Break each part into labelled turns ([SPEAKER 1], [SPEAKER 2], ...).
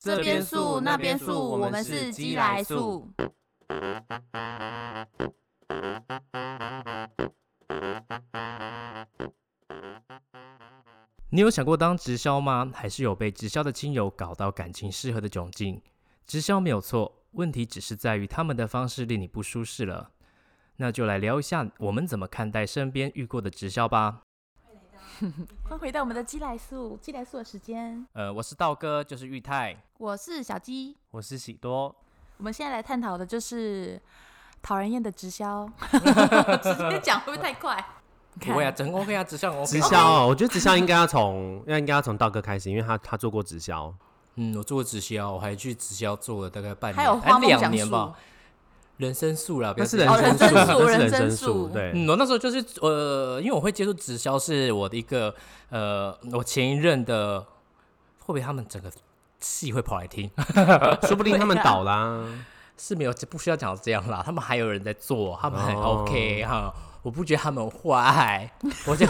[SPEAKER 1] 这边素那边素，我们是鸡来素。
[SPEAKER 2] 你有想过当直销吗？还是有被直销的亲友搞到感情失和的窘境？直销没有错，问题只是在于他们的方式令你不舒适了。那就来聊一下我们怎么看待身边遇过的直销吧。
[SPEAKER 3] 欢迎回到我们的鸡来素，鸡来素的时间，
[SPEAKER 2] 呃，我是道哥，就是裕泰，
[SPEAKER 3] 我是小鸡。
[SPEAKER 1] 我是喜多，
[SPEAKER 3] 我们现在来探讨的就是讨人厌的 直销，直接讲会不会太快？
[SPEAKER 2] 不会啊，整 OK 啊，直销很 OK。
[SPEAKER 4] 直销、哦，我觉得直销应该要从，要应该要从道哥开始，因为他他做过直销。
[SPEAKER 2] 嗯，我做过直销，我还去直销做了大概半年，
[SPEAKER 3] 还有
[SPEAKER 2] 哎
[SPEAKER 3] 花梦
[SPEAKER 2] 两
[SPEAKER 3] 想
[SPEAKER 2] 年
[SPEAKER 3] 术
[SPEAKER 2] 吧，，人生数啦，不
[SPEAKER 4] 那
[SPEAKER 2] 要
[SPEAKER 4] 是
[SPEAKER 2] 这
[SPEAKER 4] 人
[SPEAKER 2] 样
[SPEAKER 3] 哦
[SPEAKER 4] 生
[SPEAKER 3] 人生
[SPEAKER 4] 数，
[SPEAKER 3] 数
[SPEAKER 4] 那是
[SPEAKER 3] 人
[SPEAKER 4] 生
[SPEAKER 3] 生
[SPEAKER 4] 数，
[SPEAKER 3] 数
[SPEAKER 4] 对，
[SPEAKER 2] 嗯，我那时候就是呃，因为我会接触直销，是我的一个呃，我前一任的，会不会他们整个戏会跑来听？
[SPEAKER 4] 说不定他们
[SPEAKER 3] 对啊
[SPEAKER 4] 倒啦。
[SPEAKER 2] 是没有，不需要讲这样啦，他们还有人在做，他们很
[SPEAKER 4] 哦
[SPEAKER 2] OK 哈、我不觉得他们坏，我 就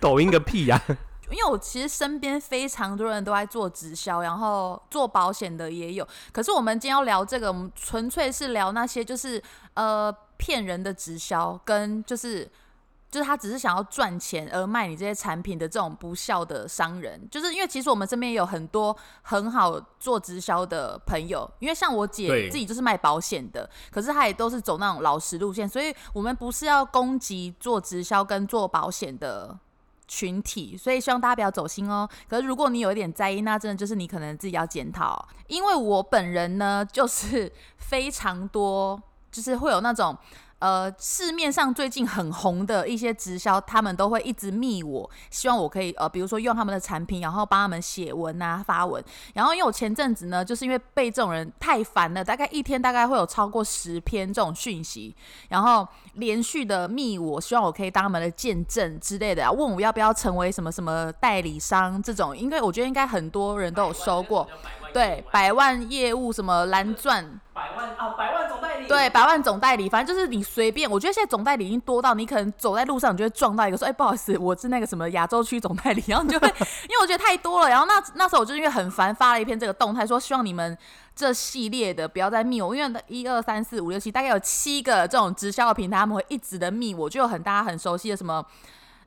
[SPEAKER 4] 抖音个屁呀！
[SPEAKER 3] 因为我其实身边非常多人都在做直销，然后做保险的也有。可是我们今天要聊这个，我们纯粹是聊那些就是呃骗人的直销，跟就是就是他只是想要赚钱而卖你这些产品的这种不孝的商人。就是因为其实我们身边也有很多很好做直销的朋友，因为像我
[SPEAKER 2] 对
[SPEAKER 3] 姐自己就是卖保险的，可是她也都是走那种老实路线，所以我们不是要攻击做直销跟做保险的群体，所以希望大家不要走心哦。可是如果你有一点在意，那真的就是你可能自己要检讨，因为我本人呢，就是非常多，就是会有那种。呃，市面上最近很红的一些直销，他们都会一直密我，希望我可以呃，比如说用他们的产品，然后帮他们写文啊、发文。然后因为我前阵子呢，就是因为被这种人太烦了，大概一天大概会有超过十篇这种讯息，然后连续的密我，希望我可以当他们的见证之类的啊，问我要不要成为什么什么代理商这种，因为我觉得应该很多人都有收过，对，百万业务啊什么蓝钻。
[SPEAKER 1] 百万啊，百万总代理
[SPEAKER 3] 对，百万总代理，反正就是你随便。我觉得现在总代理已经多到你可能走在路上，你就会撞到一个说：“哎、不好意思，我是那个什么亚洲区总代理。” 然后你就会，因为我觉得太多了。然后那那时候我就是因为很烦，发了一篇这个动态，说希望你们这系列的不要再密我，因为一二三四五六七，大概有七个这种直销的平台，他们会一直的密我，就有很大家很熟悉的什么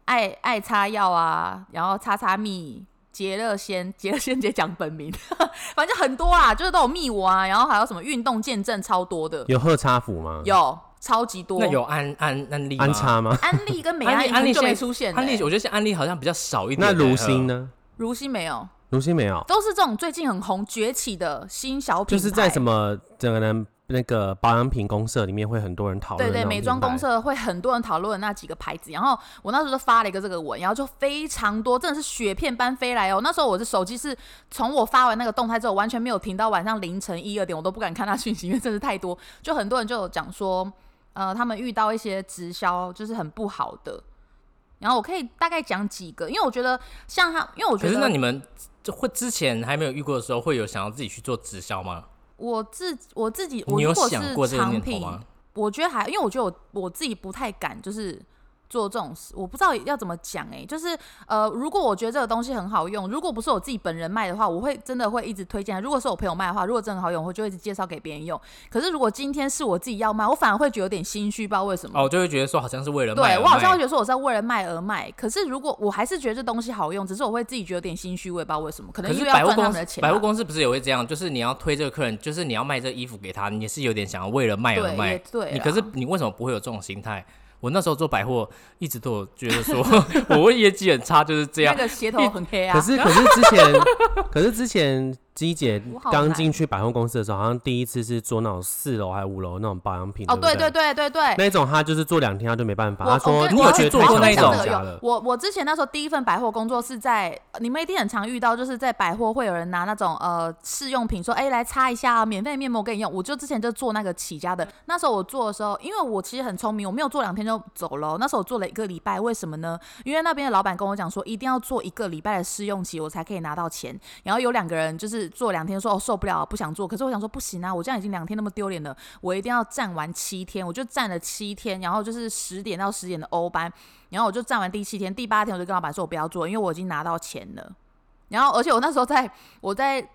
[SPEAKER 3] 爱爱擦药啊，然后擦擦蜜。杰乐仙，杰乐仙直接讲本名， 反正就很多啦，就是都有密我啊，然后还有什么运动见证超多的，
[SPEAKER 4] 有喝茶服吗？
[SPEAKER 3] 有超级多。
[SPEAKER 2] 那有安安安利吗
[SPEAKER 4] 安插吗？
[SPEAKER 3] 安利跟美
[SPEAKER 2] 安利
[SPEAKER 3] 安
[SPEAKER 2] 安利
[SPEAKER 3] 利就
[SPEAKER 2] 现
[SPEAKER 3] 没
[SPEAKER 2] 在
[SPEAKER 3] 出现、欸，
[SPEAKER 2] 安利，我觉得现在安利好像比较少一点。
[SPEAKER 4] 那
[SPEAKER 2] 欸
[SPEAKER 4] 如新？呢？
[SPEAKER 3] 如新没有，
[SPEAKER 4] 如新没有，
[SPEAKER 3] 都是这种最近很红崛起的新小品
[SPEAKER 4] 就
[SPEAKER 3] 牌，
[SPEAKER 4] 是在什么整个人那个保养品公社里面会很多人讨论
[SPEAKER 3] 对
[SPEAKER 4] 那
[SPEAKER 3] 对，
[SPEAKER 4] 种品牌。
[SPEAKER 3] 美妆公社会很多人讨论那几个牌子，然后我那时候就发了一个这个文，然后就非常多，真的是雪片般飞来哦。那时候我的手机是从我发完那个动态之后，完全没有停到晚上凌晨一二点，我都不敢看他讯息，因为真的太多。就很多人就有讲说，呃，他们遇到一些直销就是很不好的。然后我可以大概讲几个，因为我觉得像他，因为我觉
[SPEAKER 2] 可
[SPEAKER 3] 得
[SPEAKER 2] 是那你们就会之前还没有遇过的时候，会有想要自己去做直销吗？
[SPEAKER 3] 我自我自己，我
[SPEAKER 2] 你
[SPEAKER 3] 如
[SPEAKER 2] 有
[SPEAKER 3] 果
[SPEAKER 2] 想过
[SPEAKER 3] 是
[SPEAKER 2] 这个
[SPEAKER 3] 产
[SPEAKER 2] 念头
[SPEAKER 3] 品，
[SPEAKER 2] 吗？
[SPEAKER 3] 我觉得还，因为我觉得我我自己不太敢，就是做这种事，我不知道要怎么讲哎、就是呃，如果我觉得这个东西很好用，如果不是我自己本人卖的话，我会真的会一直推荐；如果是我朋友卖的话，如果真的好用，我就会一直介绍给别人用。可是如果今天是我自己要卖，我反而会觉得有点心虚，不知道为什么。
[SPEAKER 2] 哦，我就会觉得说好像是为了卖
[SPEAKER 3] 对
[SPEAKER 2] 而
[SPEAKER 3] 我好像会
[SPEAKER 2] 卖
[SPEAKER 3] 觉得说我在为了卖而卖，可是如果我还是觉得这东西好用，只是我会自己觉得有点心虚，我也不知道为什么，可能
[SPEAKER 2] 可
[SPEAKER 3] 因
[SPEAKER 2] 是
[SPEAKER 3] 为要
[SPEAKER 2] 百货
[SPEAKER 3] 赚他
[SPEAKER 2] 公
[SPEAKER 3] 们的
[SPEAKER 2] 司，
[SPEAKER 3] 钱
[SPEAKER 2] 百货
[SPEAKER 3] 吧。
[SPEAKER 2] 公司不是也会这样？就是你要推这个客人，就是你要卖这个衣服给他，你也是有点想要为了卖而
[SPEAKER 3] 对
[SPEAKER 2] 卖
[SPEAKER 3] 也。对
[SPEAKER 2] 你
[SPEAKER 3] 啦
[SPEAKER 2] 可是你为什么不会有这种心态？我那时候做百货，一直都有觉得说 我业绩很差，就是这
[SPEAKER 3] 那
[SPEAKER 2] 样。
[SPEAKER 3] 个鞋头很黑啊，
[SPEAKER 4] 可是可是之前，可是之前姬姐
[SPEAKER 3] 我好
[SPEAKER 4] 刚
[SPEAKER 3] 难
[SPEAKER 4] 进去百货公司的时候，好像第一次是做那种四楼还是五楼那种保养品。
[SPEAKER 3] 哦，
[SPEAKER 4] 不
[SPEAKER 3] 对对对对对，
[SPEAKER 4] 那一种他就是做两天他就没办法，
[SPEAKER 3] 我
[SPEAKER 4] 他说
[SPEAKER 3] 我跟
[SPEAKER 4] 你
[SPEAKER 2] 你
[SPEAKER 4] 有
[SPEAKER 2] 有
[SPEAKER 4] 觉
[SPEAKER 2] 去
[SPEAKER 4] 得
[SPEAKER 2] 做
[SPEAKER 4] 太
[SPEAKER 2] 过那
[SPEAKER 4] 想
[SPEAKER 2] 种
[SPEAKER 4] 回
[SPEAKER 3] 这
[SPEAKER 4] 家
[SPEAKER 3] 个
[SPEAKER 4] 了
[SPEAKER 3] 有，，我我之前那时候第一份百货工作是在，呃你们一定很常遇到，就是在百货会有人拿那种呃试用品说，哎、来擦一下啊，免费面膜给你用。我就之前就做那个起家的，那时候我做的时候，因为我其实很聪明，我没有做两天就走了哦、那时候我做了一个礼拜，为什么呢？因为那边的老板跟我讲说，一定要做一个礼拜的试用期，我才可以拿到钱。然后有两个人就是做两天说，哦受不了，不想做。可是我想说不行啊，我这样已经两天那么丢脸了，我一定要站完七天，我就站了七天，然后就是十点到十点的欧班，然后我就站完第七天，第八天我就跟老板说，我不要做，因为我已经拿到钱了。然后，而且我那时候在我在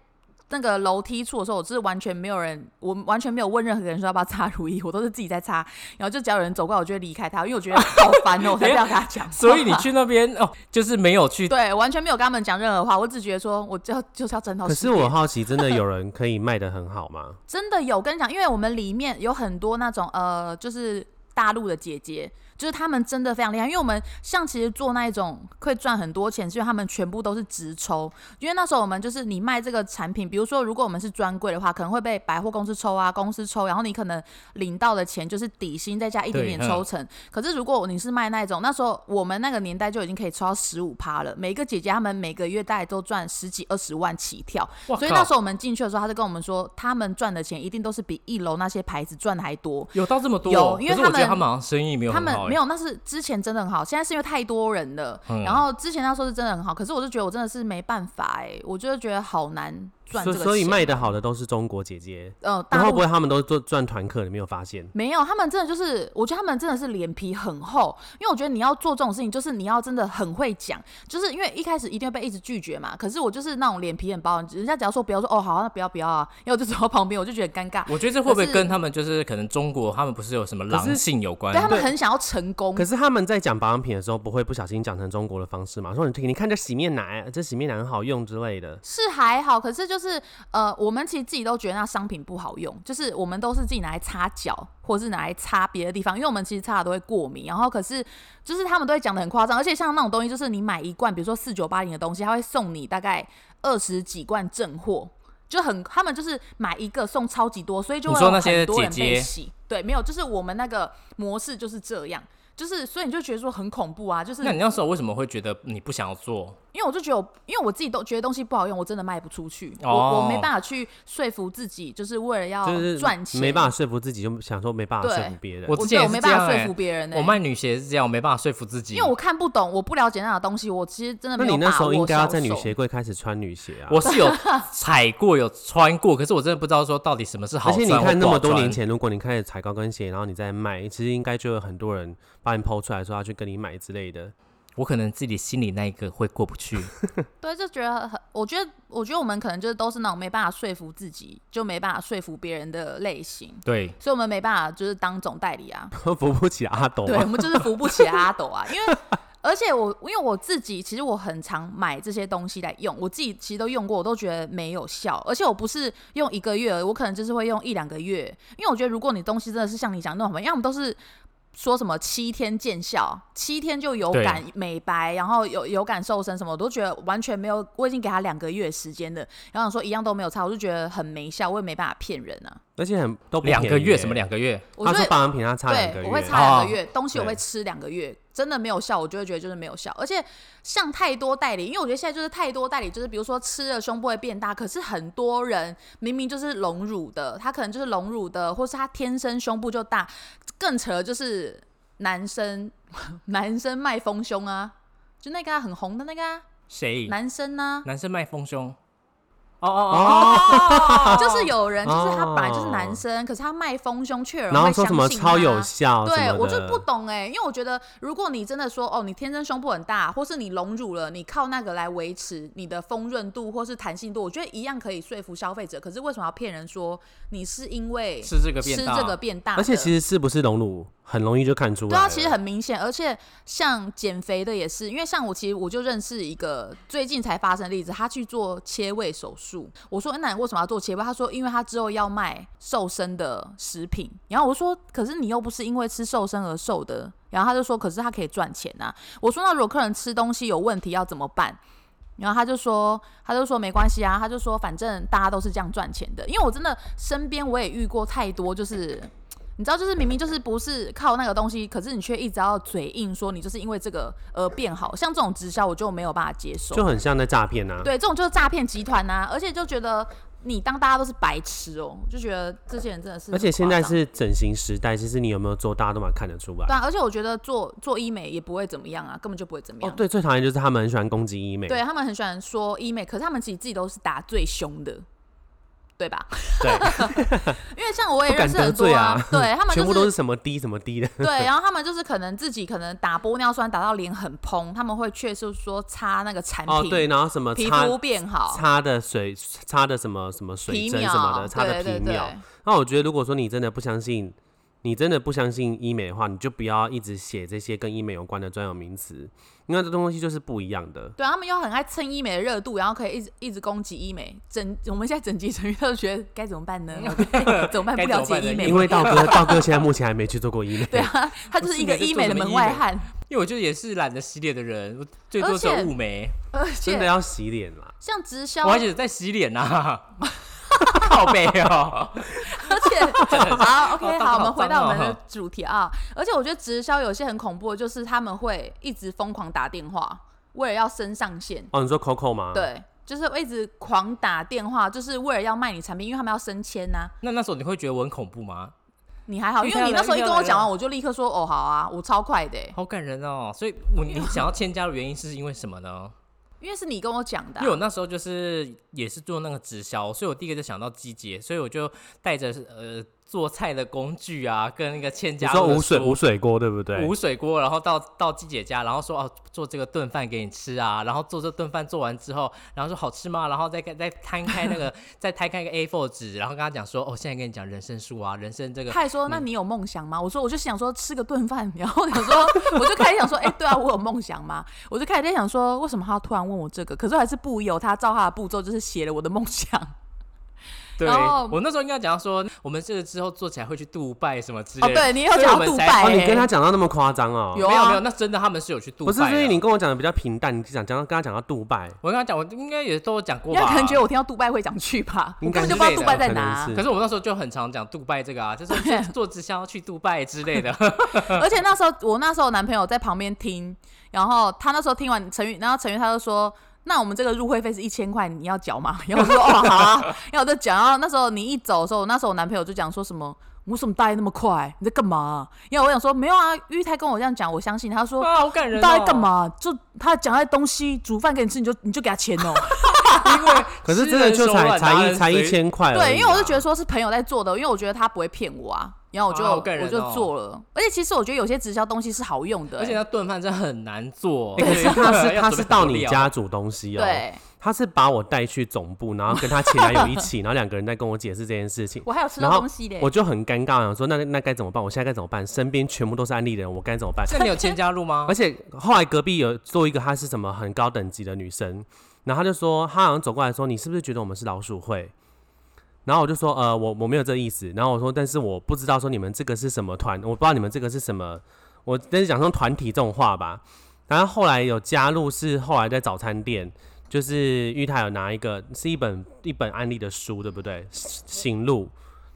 [SPEAKER 3] 那个楼梯处的时候，我是完全没有人，我完全没有问任何人说要不要擦乳液，我都是自己在擦。然后就只要有人走过来，我就会离开他，因为我觉得好烦哦、我才不要跟他讲 话。
[SPEAKER 2] 所以你去那边哦，就是没有去
[SPEAKER 3] 对，完全没有跟他们讲任何话，我只觉得说我就要就是要整套。
[SPEAKER 4] 可是我好奇，真的有人可以卖的很好吗？
[SPEAKER 3] 真的有跟你讲，因为我们里面有很多那种呃，就是大陆的姐姐，就是她们真的非常厉害。因为我们像其实做那一种会赚很多钱，是因为他们全部都是直抽。因为那时候我们就是你卖这个产品，比如说如果我们是专柜的话，可能会被百货公司抽啊，公司抽，然后你可能领到的钱就是底薪再加一点点
[SPEAKER 2] 对嗯
[SPEAKER 3] 抽成。可是如果你是卖那一种，那时候我们那个年代就已经可以抽到十五趴了，每一个姐姐她们每个月大概都赚十几二十万起跳。
[SPEAKER 2] 哇
[SPEAKER 3] 所以那
[SPEAKER 2] 靠
[SPEAKER 3] 时候我们进去的时候，他就跟我们说，他们赚的钱一定都是比一楼那些牌子赚的还多。
[SPEAKER 2] 有到这么多，哦
[SPEAKER 3] 有因为
[SPEAKER 2] 可是我
[SPEAKER 3] 他
[SPEAKER 2] 觉得
[SPEAKER 3] 们
[SPEAKER 2] 他们好像生意没有
[SPEAKER 3] 他
[SPEAKER 2] 很
[SPEAKER 3] 们
[SPEAKER 2] 好欸，
[SPEAKER 3] 没有，那是之前真的很好，现在是因为太多人了。
[SPEAKER 2] 嗯
[SPEAKER 3] 然后之前那时候是真的很好，可是我就觉得我真的是没办法哎、我就觉得好难 赚这
[SPEAKER 4] 所
[SPEAKER 3] 个钱。
[SPEAKER 4] 所以卖的好的都是中国姐姐，
[SPEAKER 3] 呃，
[SPEAKER 4] 那
[SPEAKER 3] 大
[SPEAKER 4] 会
[SPEAKER 3] 陆嗯
[SPEAKER 4] 不会他们都做赚团客？你没有发现？
[SPEAKER 3] 没有，他们真的就是，我觉得他们真的是脸皮很厚，因为我觉得你要做这种事情，就是你要真的很会讲，就是因为一开始一定会被一直拒绝嘛。可是我就是那种脸皮很薄，人家只要说不要说哦好、啊，那不要不要啊，然后我就走到旁边，我就觉得很尴尬。
[SPEAKER 2] 欸我觉得这会不会
[SPEAKER 3] 可是
[SPEAKER 2] 跟他们就是可能中国他们不是有什么狼性有关
[SPEAKER 3] 对？他们很想要成功，
[SPEAKER 4] 可是他们在讲保养品的时候，不会不小心讲成中国的方式嘛？说你你看这洗面奶，啊这洗面奶很好用之类的。
[SPEAKER 3] 是还好，可是就是呃，我们其实自己都觉得那商品不好用，就是我们都是自己拿来擦脚，或者是拿来擦别的地方，因为我们其实擦的都会过敏。然后可是就是他们都会讲的很夸张，而且像那种东西，就是你买一罐，比如说四九八零的东西，他会送你大概二十几罐正货，就很他们就是买一个送超级多，所以就
[SPEAKER 2] 你
[SPEAKER 3] 会
[SPEAKER 2] 说
[SPEAKER 3] 有
[SPEAKER 2] 那些
[SPEAKER 3] 很多人
[SPEAKER 2] 姐
[SPEAKER 3] 被
[SPEAKER 2] 姐
[SPEAKER 3] 洗。对，没有，就是我们那个模式就是这样。就是，所以你就觉得说很恐怖啊！就是
[SPEAKER 2] 那你那时候为什么会觉得你不想要做？
[SPEAKER 3] 因为我就觉得我，因为我自己都觉得东西不好用，我真的卖不出去，
[SPEAKER 2] 哦
[SPEAKER 3] 我我没办法去说服自己，就是为了要
[SPEAKER 4] 就是
[SPEAKER 3] 哦赚钱，
[SPEAKER 4] 没办法说服自己，就想说没办法说服
[SPEAKER 3] 对
[SPEAKER 4] 别人。
[SPEAKER 2] 我
[SPEAKER 3] 我
[SPEAKER 2] 之前
[SPEAKER 3] 对我
[SPEAKER 2] 也是
[SPEAKER 3] 没
[SPEAKER 2] 这
[SPEAKER 3] 办
[SPEAKER 2] 样
[SPEAKER 3] 法
[SPEAKER 2] 欸
[SPEAKER 3] 说服别人、欸，
[SPEAKER 2] 我卖女鞋是这样，我没办法说服自己，
[SPEAKER 3] 因为我看不懂，我不了解那种东西，我其实真的
[SPEAKER 4] 那
[SPEAKER 3] 没
[SPEAKER 4] 你
[SPEAKER 3] 有
[SPEAKER 4] 那
[SPEAKER 3] 把
[SPEAKER 4] 时候
[SPEAKER 3] 握
[SPEAKER 4] 应该要
[SPEAKER 3] 销
[SPEAKER 4] 在女
[SPEAKER 3] 售。
[SPEAKER 4] 鞋柜开始穿女鞋啊！
[SPEAKER 2] 我是有踩过有穿过，可是我真的不知道说到底什么是好
[SPEAKER 4] 而
[SPEAKER 2] 穿
[SPEAKER 4] 且你
[SPEAKER 2] 或
[SPEAKER 4] 看那
[SPEAKER 2] 不
[SPEAKER 4] 么
[SPEAKER 2] 好
[SPEAKER 4] 多年
[SPEAKER 2] 穿，
[SPEAKER 4] 前，如果你开始踩高跟鞋，然后你再卖，其实应该就有很多人把你抛出来说要去跟你买之类的。
[SPEAKER 2] 我可能自己心里那一个会过不去。
[SPEAKER 3] 对，就觉得很，我觉得，我觉得我们可能就是都是那种没办法说服自己，就没办法说服别人的类型，
[SPEAKER 2] 对，
[SPEAKER 3] 所以我们没办法就是当总代理啊，
[SPEAKER 4] 扶不起阿斗
[SPEAKER 3] 对，
[SPEAKER 4] 啊
[SPEAKER 3] 我！们就是扶不起阿斗啊，因为。而且我因为我自己其实我很常买这些东西来用，我自己其实都用过，我都觉得没有效。而且我不是用一个月而已，我可能就是会用一两个月，因为我觉得如果你东西真的是像你讲那种什么，要么都是说什么七天见效，七天就有
[SPEAKER 2] 对
[SPEAKER 3] 感美白，然后有有感瘦身什么，我都觉得完全没有。我已经给他两个月时间了，然后想说一样都没有差，我就觉得很没效，我也没办法骗人啊。
[SPEAKER 4] 而且很都不
[SPEAKER 2] 两个
[SPEAKER 4] 便宜
[SPEAKER 2] 月
[SPEAKER 4] 耶
[SPEAKER 2] 什么？两个月？
[SPEAKER 3] 我
[SPEAKER 4] 他
[SPEAKER 3] 觉得
[SPEAKER 4] 说保养品他差两个
[SPEAKER 3] 对，
[SPEAKER 4] 月，
[SPEAKER 3] 我会擦两
[SPEAKER 2] 哦
[SPEAKER 3] 个月，东西我
[SPEAKER 4] 对
[SPEAKER 3] 会吃两个月，真的没有效，我就会觉得就是没有效。而且像太多代理，因为我觉得现在就是太多代理，就是比如说吃了胸部会变大，可是很多人明明就是隆乳的，他可能就是隆乳的，或是他天生胸部就大，更扯的就是男生 男生卖丰胸啊，就那个啊、很红的那个、啊、
[SPEAKER 2] 谁？
[SPEAKER 3] 男生啊呢、
[SPEAKER 2] 男生卖丰胸？哦哦
[SPEAKER 4] 哦，
[SPEAKER 2] 哦，
[SPEAKER 3] 就是有人，就是他本来就是
[SPEAKER 4] 哦
[SPEAKER 3] 男生，可是他卖丰胸，却有人
[SPEAKER 4] 然后
[SPEAKER 3] 会
[SPEAKER 4] 说
[SPEAKER 3] 相
[SPEAKER 4] 什
[SPEAKER 3] 信
[SPEAKER 4] 么超有
[SPEAKER 3] 他
[SPEAKER 4] 效啊什么
[SPEAKER 3] 对，
[SPEAKER 4] 的，
[SPEAKER 3] 我就不懂哎、因为我觉得，如果你真的说哦，你天生胸部很大，或是你隆乳了，你靠那个来维持你的丰润度或是弹性度，我觉得一样可以说服消费者。可是为什么要骗人说你是因为
[SPEAKER 2] 吃这个变
[SPEAKER 3] 吃
[SPEAKER 2] 大
[SPEAKER 3] 这个变大的？
[SPEAKER 4] 而且其实是不是隆乳很容易就看出来
[SPEAKER 3] 对
[SPEAKER 4] 了。
[SPEAKER 3] 啊，其实很明显，而且像减肥的也是，因为像我其实我就认识一个最近才发生的例子，他去做切胃手术。我说：“哎那你为什么要做切胃？”他说：“因为他之后要卖瘦身的食品。”然后我说：“可是你又不是因为吃瘦身而瘦的。”然后他就说：“可是他可以赚钱啊。”我说：“那如果客人吃东西有问题要怎么办？”然后他就说，他就说没关系啊，他就说反正大家都是这样赚钱的，因为我真的身边我也遇过太多，就是你知道，就是明明就是不是靠那个东西，可是你却一直要嘴硬说你就是因为这个而变好，像这种直销我就没有办法接受。
[SPEAKER 4] 就很像在诈骗啊。
[SPEAKER 3] 对，这种就是诈骗集团呐、而且就觉得你当大家都是白痴哦、就觉得这些人真的是很夸张，
[SPEAKER 4] 而且现在是整形时代，其实你有没有做，大家都蛮看得出来
[SPEAKER 3] 对、。啊，而且我觉得做做医美也不会怎么样啊，根本就不会怎么样。
[SPEAKER 4] 哦，对，最讨厌就是他们很喜欢攻击医美。
[SPEAKER 3] 对他们很喜欢说医美，可是他们其实自己都是打最凶的。对吧？
[SPEAKER 4] 对，
[SPEAKER 3] 因为像我也
[SPEAKER 4] 不敢
[SPEAKER 3] 认识很多
[SPEAKER 4] 得罪啊，
[SPEAKER 3] 对 他们
[SPEAKER 4] 全部都
[SPEAKER 3] 就是
[SPEAKER 4] 什么低什么低的，
[SPEAKER 3] 对，然后他们就是可能自己可能打玻尿酸打到脸很嘭，他们会确实说擦那个产品，
[SPEAKER 4] 哦对，然后什么
[SPEAKER 3] 皮
[SPEAKER 4] 擦
[SPEAKER 3] 肤变好，
[SPEAKER 4] 擦的水擦的什么什么水
[SPEAKER 3] 皮
[SPEAKER 4] 针
[SPEAKER 3] 秒
[SPEAKER 4] 什么的，擦的
[SPEAKER 3] 对对
[SPEAKER 4] 皮秒
[SPEAKER 3] 对，
[SPEAKER 4] 那我觉得，如果说你真的不相信，你真的不相信医美的话，你就不要一直写这些跟医美有关的专有名词，因为这东西就是不一样的。
[SPEAKER 3] 对他们又很爱蹭医美的热度，然后可以一直一直攻击医美。整我们现在整集成员都觉得该怎么办呢？OK，怎么办？不
[SPEAKER 2] 该
[SPEAKER 3] 了
[SPEAKER 2] 怎么
[SPEAKER 3] 解
[SPEAKER 2] 办呢
[SPEAKER 3] 医美，
[SPEAKER 4] 因为道哥，道哥现在目前还没去做过医美，
[SPEAKER 3] 对啊，他就是一个医美的门外汉，
[SPEAKER 2] 因为我就也是懒得洗脸的人，我最
[SPEAKER 3] 而
[SPEAKER 2] 多只有
[SPEAKER 3] 且
[SPEAKER 2] 雾眉，
[SPEAKER 3] 而
[SPEAKER 4] 真的
[SPEAKER 3] 且
[SPEAKER 4] 要洗脸啦。
[SPEAKER 3] 像直销，
[SPEAKER 2] 我还
[SPEAKER 3] 而
[SPEAKER 2] 一直在洗脸呐、 啊，靠背哦、
[SPEAKER 3] 且好 OK，
[SPEAKER 2] 好
[SPEAKER 3] 好，我们
[SPEAKER 2] 脏
[SPEAKER 3] 回到我
[SPEAKER 2] 哦
[SPEAKER 3] 们的主题啊。而且我觉得直销有些很恐怖的，就是他们会一直疯狂打电话，为了要升上线，
[SPEAKER 4] 哦，你说 Coco 吗？，
[SPEAKER 3] 对。就是会一直狂打电话，就是为了要卖你产品，因为他们要升迁呐、
[SPEAKER 2] 那那时候你会觉得我很恐怖吗？
[SPEAKER 3] 你还好，因为你那时候一跟我讲完，我就立刻说哦好啊，我超快的欸、
[SPEAKER 2] 好感人哦、所以我你想要欠佳的原因是因为什么呢？
[SPEAKER 3] 因为是你跟我讲的啊、
[SPEAKER 2] 因为我那时候就是也是做那个直销，所以我第一个就想到季节，所以我就带着呃做菜的工具啊，跟那个欠
[SPEAKER 4] 你
[SPEAKER 2] 佳
[SPEAKER 4] 说
[SPEAKER 2] 的
[SPEAKER 4] 无水
[SPEAKER 2] 书
[SPEAKER 4] 无水锅对不对？
[SPEAKER 2] 无水锅，然后到到季姐家，然后说哦做这个炖饭给你吃啊，然后做这顿饭做完之后，然后说好吃吗？然后再再摊开那个 再摊开一个 A4 纸，然后跟他讲说哦现在跟你讲人参树啊，人参这个
[SPEAKER 3] 他还
[SPEAKER 4] 嗯
[SPEAKER 3] 说：“那你有梦想吗？”我说：“我就想说吃个顿饭。” 然后我想说，我就开始想说：“哎、对啊，我有梦想吗？”我就开始在想说，为什么他突然问我这个？可是我还是不由他，照他的步骤，就是写了我的梦想。
[SPEAKER 2] 对，
[SPEAKER 3] 然后
[SPEAKER 2] 我那时候应该讲说我们这个之后做起来会去杜拜什么之
[SPEAKER 3] 哦
[SPEAKER 2] 类，的，
[SPEAKER 3] 对你也有讲到杜拜、
[SPEAKER 4] 哦，
[SPEAKER 3] 欸，
[SPEAKER 4] 你跟他讲到那么夸张哦？
[SPEAKER 3] 有
[SPEAKER 2] 没有
[SPEAKER 3] 啊
[SPEAKER 2] 没有，那真的他们是有去杜
[SPEAKER 4] 不
[SPEAKER 2] 拜
[SPEAKER 4] 是，
[SPEAKER 2] 的，
[SPEAKER 4] 所以你跟我讲的比较平淡，你讲讲到跟他讲到杜拜，
[SPEAKER 2] 我跟他讲我应该也都有讲过
[SPEAKER 3] 因为
[SPEAKER 2] 吧，
[SPEAKER 3] 可能觉得我听到杜拜会讲去吧，我
[SPEAKER 4] 应
[SPEAKER 3] 根本
[SPEAKER 4] 该是
[SPEAKER 3] 就不知
[SPEAKER 2] 之
[SPEAKER 3] 道
[SPEAKER 2] 类的
[SPEAKER 3] 杜拜在
[SPEAKER 4] 可能
[SPEAKER 3] 哪。
[SPEAKER 4] 是
[SPEAKER 2] 可是我那时候就很常讲杜拜这个啊，就是 做做直销去杜拜之类的，
[SPEAKER 3] 而且那时候我那时候男朋友在旁边听，然后他那时候听完陈宇，然后陈宇他就说。那我们这个入会费是一千块，你要缴吗？ 然后我说哦好啊，然后我就缴。然后那时候你一走的时候，那时候我男朋友就讲说什么，你为什么带那么快？你在干嘛、然后我想说没有啊，玉泰跟我这样 讲，我相 信他说
[SPEAKER 2] 啊好感
[SPEAKER 3] 你
[SPEAKER 2] 人、哦，
[SPEAKER 3] 到底干？嘛？就他讲那东西煮饭给你吃，你就你就给他钱 哦。
[SPEAKER 2] 因为
[SPEAKER 4] 可是真的就才才一才一。千
[SPEAKER 2] 哎
[SPEAKER 4] 块而已啊，
[SPEAKER 3] 对，因为我就觉得说是朋友在做的，因为我觉得他不会骗我啊，然后我就、
[SPEAKER 2] 啊好感人
[SPEAKER 3] 我就
[SPEAKER 2] 哦
[SPEAKER 3] 做了。而且其实我觉得有些直销东西是好用的、
[SPEAKER 2] 而且
[SPEAKER 3] 欸
[SPEAKER 2] 那炖饭真的很难做，
[SPEAKER 4] 欸。可是他
[SPEAKER 2] 所
[SPEAKER 4] 是
[SPEAKER 2] 以要准
[SPEAKER 4] 他
[SPEAKER 2] 备
[SPEAKER 4] 是
[SPEAKER 2] 很
[SPEAKER 4] 到
[SPEAKER 2] 多
[SPEAKER 4] 你
[SPEAKER 2] 料，
[SPEAKER 4] 家煮东西哦，
[SPEAKER 3] 对，
[SPEAKER 4] 他是把我带去总部，然后跟他前男友一 起，然后两个人在跟我解释这件事情。
[SPEAKER 3] 我还有吃
[SPEAKER 4] 然
[SPEAKER 3] 到
[SPEAKER 4] 后
[SPEAKER 3] 东西嘞。
[SPEAKER 4] 我就很尴尬，想说那那该怎么办？我现在该怎么办？身边全部都是安利人，我该怎么办？
[SPEAKER 2] 那你有签加入吗
[SPEAKER 4] 而？且后来隔壁有做一个，她是什么很高等级的女生，然后她就说，她好像走过来说，你是不是觉得我们是老鼠会？然后我就说，呃，我我没有这意思。然后我说，但是我不知道说你们这个是什么团，我不知道你们这个是什么，我但是讲说团体这种话吧。然后后来有加入，是后来在早餐店，就是玉泰有拿一个是一本一本案例的书，对不对？行路。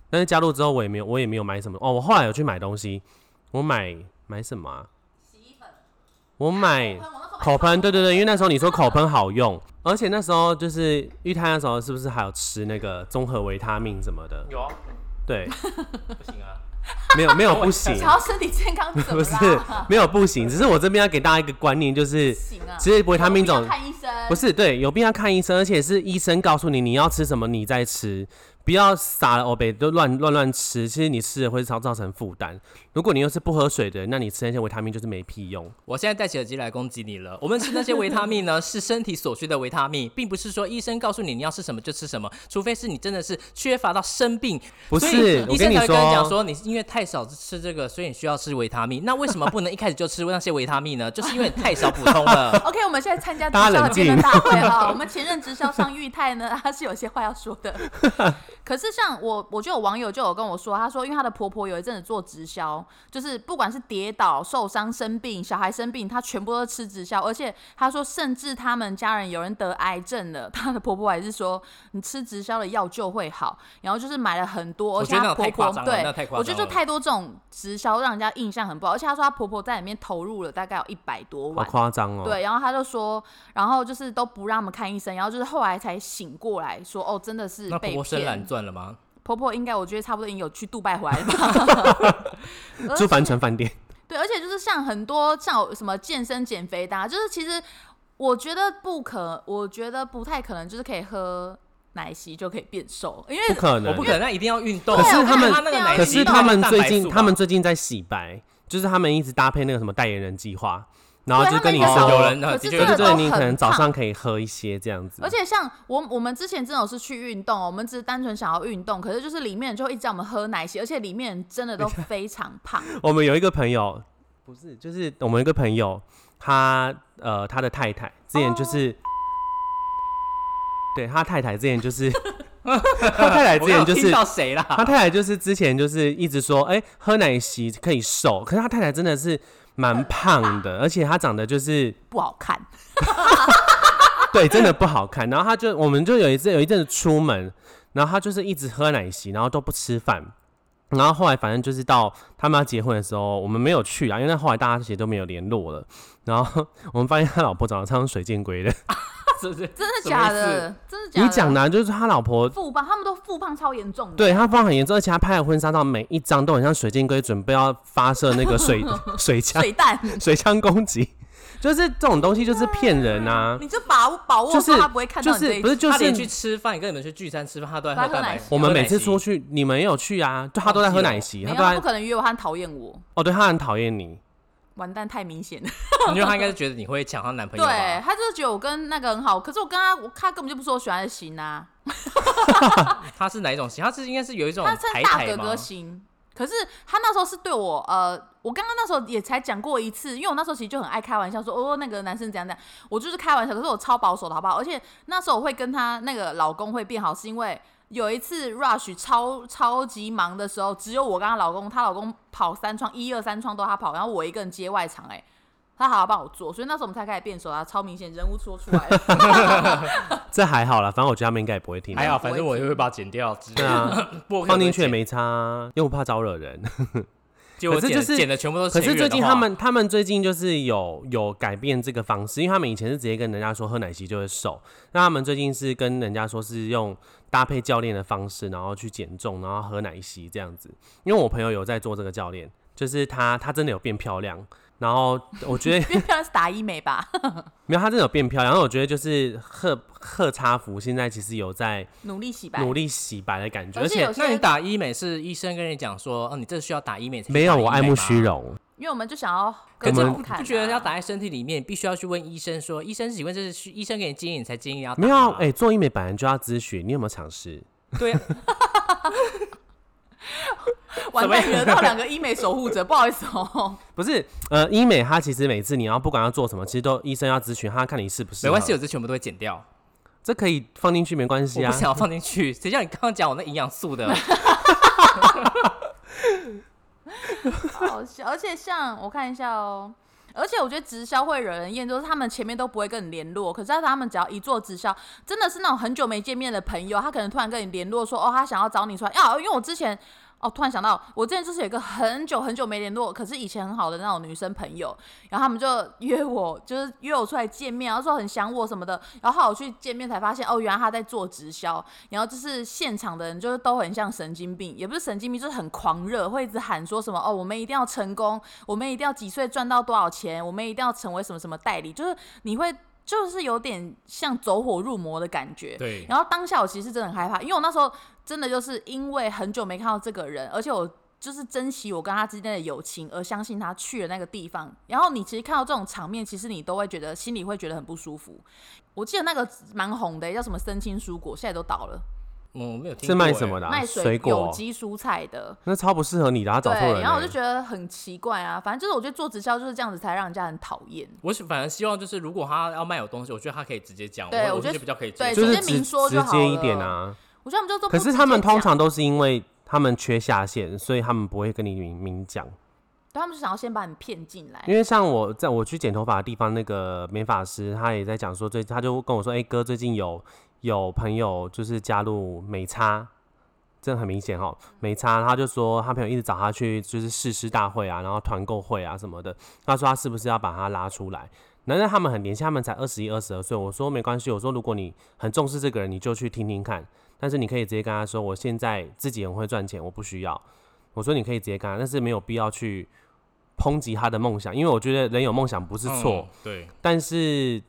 [SPEAKER 4] 但是加入之后，我也没有我也没有买什么哦。我后来有去买东西，我买买什么、啊？我买口喷，对对对，因为那时候你说口喷好用，而且那时候就是玉泰那时候是不是还有吃那个综合维他命什么的？
[SPEAKER 2] 有啊，
[SPEAKER 4] 对，
[SPEAKER 2] 不行啊，
[SPEAKER 4] 没有没有 不行，
[SPEAKER 3] 想要身体健康怎么
[SPEAKER 4] 不是
[SPEAKER 3] 啦？
[SPEAKER 4] 没有不行，只是我这边要给大家一个观念，就是
[SPEAKER 3] 行啊，
[SPEAKER 4] 其实维他命这
[SPEAKER 3] 有
[SPEAKER 4] 种
[SPEAKER 3] 必要看医生
[SPEAKER 4] 不是对，有病要看医生，而且是医生告诉你你要吃什么，你再吃，不要傻了哦北都乱乱乱吃。其实你吃了会造造成负担。如果你又是不喝水的人，那你吃那些维他命就是没屁用。
[SPEAKER 2] 我现在戴起耳机来攻击你了。我们吃那些维他命呢， 是身体所需的维他命，并不是说医生告诉你你要吃什么就吃什么，除非是你真的是缺乏到生病。
[SPEAKER 4] 不
[SPEAKER 2] 所以
[SPEAKER 4] 是我
[SPEAKER 2] 医
[SPEAKER 4] 跟
[SPEAKER 2] 生
[SPEAKER 4] 你
[SPEAKER 2] 才会跟你讲
[SPEAKER 4] 说，
[SPEAKER 2] 说你因为太少吃这个，所以你需要吃维他命。那为什么不能一 开始就吃那些维他命呢？就是因为你太少补充了。
[SPEAKER 3] OK，我们现在参加直
[SPEAKER 4] 大家
[SPEAKER 3] 销的
[SPEAKER 4] 冷静
[SPEAKER 3] 辩论大会了。我们前任直销商裕泰呢， 他是有些话要说 的。可是像我，我就有网友就有跟我说，他说因为他的婆婆有一阵子做直销，就是不管是跌倒、受伤、生病、小孩生病，她全部都吃直销。而且他说，甚至他们家人有人得癌症了， 他的婆婆还是说你吃直销的药就会好。然后就是买了很多，
[SPEAKER 2] 我
[SPEAKER 3] 而且
[SPEAKER 2] 觉得
[SPEAKER 3] 她
[SPEAKER 2] 那
[SPEAKER 3] 婆
[SPEAKER 2] 太
[SPEAKER 3] 婆
[SPEAKER 2] 夸张了
[SPEAKER 3] 对
[SPEAKER 2] 那太，夸张了
[SPEAKER 3] 我觉得就太多这种直销让人家印象很不好。而且他说他婆婆在里面投入了大概有一百多
[SPEAKER 4] 好
[SPEAKER 3] 万。
[SPEAKER 4] 夸张哦。
[SPEAKER 3] 对，然后他就说，然后就是都不让他们看医生，然后就是后来才醒过来说，哦，真的 是
[SPEAKER 2] 那婆
[SPEAKER 3] 被
[SPEAKER 2] 婆生懒
[SPEAKER 3] 骗。
[SPEAKER 2] 赚了吗？
[SPEAKER 3] 婆婆应该我觉得差不多已经有去杜拜回来了吧？ 而
[SPEAKER 4] 住帆船饭店。
[SPEAKER 3] 对，而且就是像很多像有什么健身减肥的、啊，就是其实我觉得不可，我觉得不太可能，就是可以喝奶昔就可以变瘦，因
[SPEAKER 4] 不
[SPEAKER 3] 为
[SPEAKER 4] 可
[SPEAKER 2] 我
[SPEAKER 4] 能，
[SPEAKER 2] 不可能，那一定要运动。
[SPEAKER 4] 可是
[SPEAKER 3] 对
[SPEAKER 4] 他
[SPEAKER 3] 我
[SPEAKER 4] 们
[SPEAKER 3] 看
[SPEAKER 2] 他那个奶昔
[SPEAKER 4] 可是他们最
[SPEAKER 2] 蛋白素
[SPEAKER 4] 近，
[SPEAKER 2] 吧
[SPEAKER 4] 他们最近在洗白，就是他们一直搭配那个什么代言人计划，然后
[SPEAKER 3] 对
[SPEAKER 4] 就
[SPEAKER 3] 他
[SPEAKER 4] 跟
[SPEAKER 3] 们
[SPEAKER 4] 你
[SPEAKER 3] 应该
[SPEAKER 4] 说，呃
[SPEAKER 3] 少
[SPEAKER 2] 有人
[SPEAKER 3] 可是
[SPEAKER 2] 就
[SPEAKER 3] 这
[SPEAKER 4] 对
[SPEAKER 3] 个
[SPEAKER 4] 对
[SPEAKER 3] 都
[SPEAKER 4] 对，你可
[SPEAKER 3] 很
[SPEAKER 4] 能早
[SPEAKER 3] 胖
[SPEAKER 4] 上可以喝一些这样子。
[SPEAKER 3] 而且像我我们之前真的有是去运动哦，我们只是单纯想要运动，可是就是里面人就会一直叫我们喝奶昔，而且里面人真的都非常胖。
[SPEAKER 4] 我们有一个朋友，不是，就是我们有一个朋友，他呃，他的太太之前
[SPEAKER 2] 哦
[SPEAKER 4] 就是，对他太太之 前就是，他太太之
[SPEAKER 2] 我
[SPEAKER 4] 前就
[SPEAKER 2] 刚刚有听
[SPEAKER 4] 是。
[SPEAKER 2] 到谁啦？
[SPEAKER 4] 他太太就是之前就是一直说，哎、喝奶昔可以瘦，可是他太太真的是 蛮胖的，而且她长得就是
[SPEAKER 3] 不好看，
[SPEAKER 4] 对，真的不好看。然后他就，我们就有一次有一阵子出门，然后他就是一直喝奶昔，然后都不吃饭。然后后来反正就是到他们要结婚的时候，我们没有去啊，因为那后来大家其实都没有联络了。然后我们发现他老婆长得像水箭龟的，
[SPEAKER 2] 是是
[SPEAKER 3] 真的
[SPEAKER 2] 什么意
[SPEAKER 3] 假
[SPEAKER 2] 思
[SPEAKER 3] 的？真的假的？
[SPEAKER 4] 你讲的啊、就是他老婆
[SPEAKER 3] 腹胖，他们都腹胖超严重的。
[SPEAKER 4] 对他放很严重，而且他拍的婚纱照每一张都很像水箭龟准备要发射那个 水水枪
[SPEAKER 3] 水 蛋，
[SPEAKER 4] 水枪攻击，就是这种东西就是骗人啊，
[SPEAKER 3] 你就把握把握
[SPEAKER 4] 就是
[SPEAKER 3] 住他不会看
[SPEAKER 4] 就
[SPEAKER 3] 到你这
[SPEAKER 4] 是
[SPEAKER 3] 一
[SPEAKER 4] 不是就
[SPEAKER 2] 他
[SPEAKER 4] 是
[SPEAKER 2] 连去吃饭跟你们去聚餐吃饭，他都在
[SPEAKER 3] 他
[SPEAKER 2] 喝
[SPEAKER 3] 喝
[SPEAKER 2] 蛋白
[SPEAKER 3] 奶
[SPEAKER 2] 素。
[SPEAKER 4] 我们
[SPEAKER 2] 喝奶
[SPEAKER 4] 每次
[SPEAKER 2] 昔哦
[SPEAKER 4] 出去，你们也有去啊，就他都在喝奶昔，
[SPEAKER 3] 没
[SPEAKER 4] 他
[SPEAKER 3] 有，
[SPEAKER 4] 都
[SPEAKER 3] 他
[SPEAKER 4] 在
[SPEAKER 3] 不可能约我，他很讨厌我，
[SPEAKER 4] 哦，对他很讨厌你，
[SPEAKER 3] 完蛋，太明显了。
[SPEAKER 2] 我觉得他应该是觉得你会抢她男朋友
[SPEAKER 3] 对
[SPEAKER 4] 哎
[SPEAKER 2] 吧？
[SPEAKER 3] 他就是觉得我跟那个很好，可是我跟他，我他根本就不是我喜欢的型啊，
[SPEAKER 2] 他是哪一种型？他是应该是有一种
[SPEAKER 3] 他是
[SPEAKER 2] 台
[SPEAKER 3] 大
[SPEAKER 2] 台
[SPEAKER 3] 哥
[SPEAKER 2] 吗
[SPEAKER 3] 哥？型。可是他那时候是对我，呃，我刚刚那时候也才讲过一次，因为我那时候其实就很爱开玩笑说，哦，那个男生怎样怎样，我就是开玩笑，可是我超保守的好不好？而且那时候我会跟他那个老公会变好，是因为有一次 Rush 超超级忙的时候，只有我跟她老公，她老公跑三窗，一二三窗都他跑，然后我一个人接外场、欸，哎，他好好帮我做，所以那时候我们才开始变熟啊，超明显人物说出来了。
[SPEAKER 4] 这还好啦，反正我觉得他们应该也不会听。啊
[SPEAKER 2] 还好，
[SPEAKER 3] 不会
[SPEAKER 2] 反正我也
[SPEAKER 3] 听
[SPEAKER 2] 会把它剪掉，只
[SPEAKER 4] 对啊，
[SPEAKER 2] 播客
[SPEAKER 4] 放进
[SPEAKER 2] 会
[SPEAKER 4] 去也
[SPEAKER 2] 剪
[SPEAKER 4] 没差啊，因为我怕招 惹人。
[SPEAKER 2] 结果
[SPEAKER 4] 可是
[SPEAKER 2] 剪
[SPEAKER 4] 就是
[SPEAKER 2] 剪的全部都
[SPEAKER 4] 可
[SPEAKER 2] 前
[SPEAKER 4] 是
[SPEAKER 2] 任的
[SPEAKER 4] 最近
[SPEAKER 2] 话
[SPEAKER 4] 他们他们最近就是有有改变这个方式，因为他们以前是直接跟人家说喝奶昔就会瘦，那他们最近是跟人家说是用搭配教练的方式，然后去减重，然后喝奶昔这样子。因为我朋友有在做这个教练，就是他他真的有变漂亮，然后我觉得
[SPEAKER 3] 因为漂亮是打医美吧，
[SPEAKER 4] 没有，她真的有变漂亮。然后我觉得就是贺贺差福现在其实有在
[SPEAKER 3] 努力洗白。
[SPEAKER 4] 努力洗白的感觉，
[SPEAKER 3] 而
[SPEAKER 4] 而
[SPEAKER 3] 且
[SPEAKER 4] 且
[SPEAKER 3] 有些
[SPEAKER 2] 那你打医美是医生跟你讲说，哦，你这需要打医美才去
[SPEAKER 4] 没有
[SPEAKER 2] 打医
[SPEAKER 4] 我爱
[SPEAKER 2] 美
[SPEAKER 4] 慕
[SPEAKER 2] 吗
[SPEAKER 4] 虚。荣。
[SPEAKER 3] 因为我们就想要
[SPEAKER 2] 可
[SPEAKER 3] 跟
[SPEAKER 2] 是
[SPEAKER 4] 我
[SPEAKER 3] 着
[SPEAKER 4] 们
[SPEAKER 2] 不
[SPEAKER 3] 看、啊，
[SPEAKER 2] 不觉得要打在身体里面，必须要去问医生说，医生请问这是需医生给你建议，你才建议要打
[SPEAKER 4] 没有啊
[SPEAKER 2] 吗，
[SPEAKER 4] 哎、做医美本来就要咨询，你有没有尝试？
[SPEAKER 2] 对啊，
[SPEAKER 3] 完蛋
[SPEAKER 2] 怎么
[SPEAKER 3] 惹
[SPEAKER 2] 样
[SPEAKER 3] 到两个医美守护者，不好意思哦。
[SPEAKER 4] 不是，呃，医美它其实每次你要不管要做什么，其实都医生要咨询他看你适不适合。
[SPEAKER 2] 没关系，我这全部都会剪掉。
[SPEAKER 4] 这可以放进去没关
[SPEAKER 2] 我
[SPEAKER 4] 系
[SPEAKER 2] 不
[SPEAKER 4] 啊。
[SPEAKER 2] 想要放进去，谁叫你刚刚讲我那营养素 的？
[SPEAKER 3] 好笑，而且像我看一下哦。而且我觉得直销会惹人厌，就是他们前面都不会跟你联络，可是他们只要一做直销，真的是那种很久没见面的朋友，他可能突然跟你联络说，哦，他想要找你出来，啊，因为我之前，哦，突然想到，我之前就是有一个很久很久没联络，可是以前很好的那种女生朋友，然后他们就约我，就是约我出来见面，然后说很想我什么的，然后后来我去见面才发现，哦，原来他在做直销，然后就是现场的人就是都很像神经病，也不是神经病，就是很狂热，会一直喊说什么哦，我们一定要成功，我们一定要几岁赚到多少钱，我们一定要成为什么什么代理，就是你会就是有点像走火入魔的感觉，
[SPEAKER 2] 对
[SPEAKER 3] 然后当下我其实真的很害怕，因为我那时候真的就是因为很久没看到这个人，而且我就是珍惜我跟他之间的友情，而相信他去了那个地方。然后你其实看到这种场面，其实你都会觉得心里会觉得很不舒服。我记得那个蛮红的，叫什么三青蔬果，现在都倒了，
[SPEAKER 2] 嗯，我没有听
[SPEAKER 4] 是卖
[SPEAKER 2] 过
[SPEAKER 4] 什
[SPEAKER 2] 欸
[SPEAKER 4] 么的、啊？
[SPEAKER 3] 卖
[SPEAKER 4] 水
[SPEAKER 3] 有
[SPEAKER 4] 果？
[SPEAKER 3] 机蔬菜的。
[SPEAKER 4] 那超不适合你的、啊，找错人、
[SPEAKER 3] 对，
[SPEAKER 4] 欸。
[SPEAKER 3] 然后我就觉得很奇怪啊，反正就是我觉得做直销就是这样子，才让人家很讨厌。
[SPEAKER 2] 我是反而希望就是，如果他要卖我东西，我觉得他可以直接讲，
[SPEAKER 3] 对
[SPEAKER 2] 我
[SPEAKER 3] 我
[SPEAKER 2] 我
[SPEAKER 3] 觉得
[SPEAKER 2] 就比较可以接
[SPEAKER 3] 对
[SPEAKER 2] 受
[SPEAKER 4] 就
[SPEAKER 3] 直
[SPEAKER 4] 是
[SPEAKER 3] 接
[SPEAKER 4] 直
[SPEAKER 3] 明说就
[SPEAKER 4] 直
[SPEAKER 3] 好
[SPEAKER 4] 接一
[SPEAKER 3] 了
[SPEAKER 4] 点啊。
[SPEAKER 3] 我觉得他们就都不
[SPEAKER 4] 可是
[SPEAKER 3] 直
[SPEAKER 4] 他们
[SPEAKER 3] 接讲
[SPEAKER 4] 通常都是因为他们缺下线，所以他们不会跟你明明讲。
[SPEAKER 3] 对他们就想要先把你骗进来，
[SPEAKER 4] 因为像我在我去剪头发的地方，那个美发师他也在讲说最，他就跟我说，哎、哥，最近有有朋友就是加入美差，这很明显哈，美差，他就说他朋友一直找他去就是试师大会啊，然后团购会啊什么的，他说他是不是要把他拉出来？难道他们很年轻，他们才二十一、二十二岁？我说没关系，我说如果你很重视这个人，你就去听听看。但是你可以直接跟他说，我现在自己很会赚钱，我不需要。我说你可以直接跟他，但是没有必要去抨击他的梦想，因为我觉得人有梦想不是错，
[SPEAKER 2] 嗯对，
[SPEAKER 4] 但是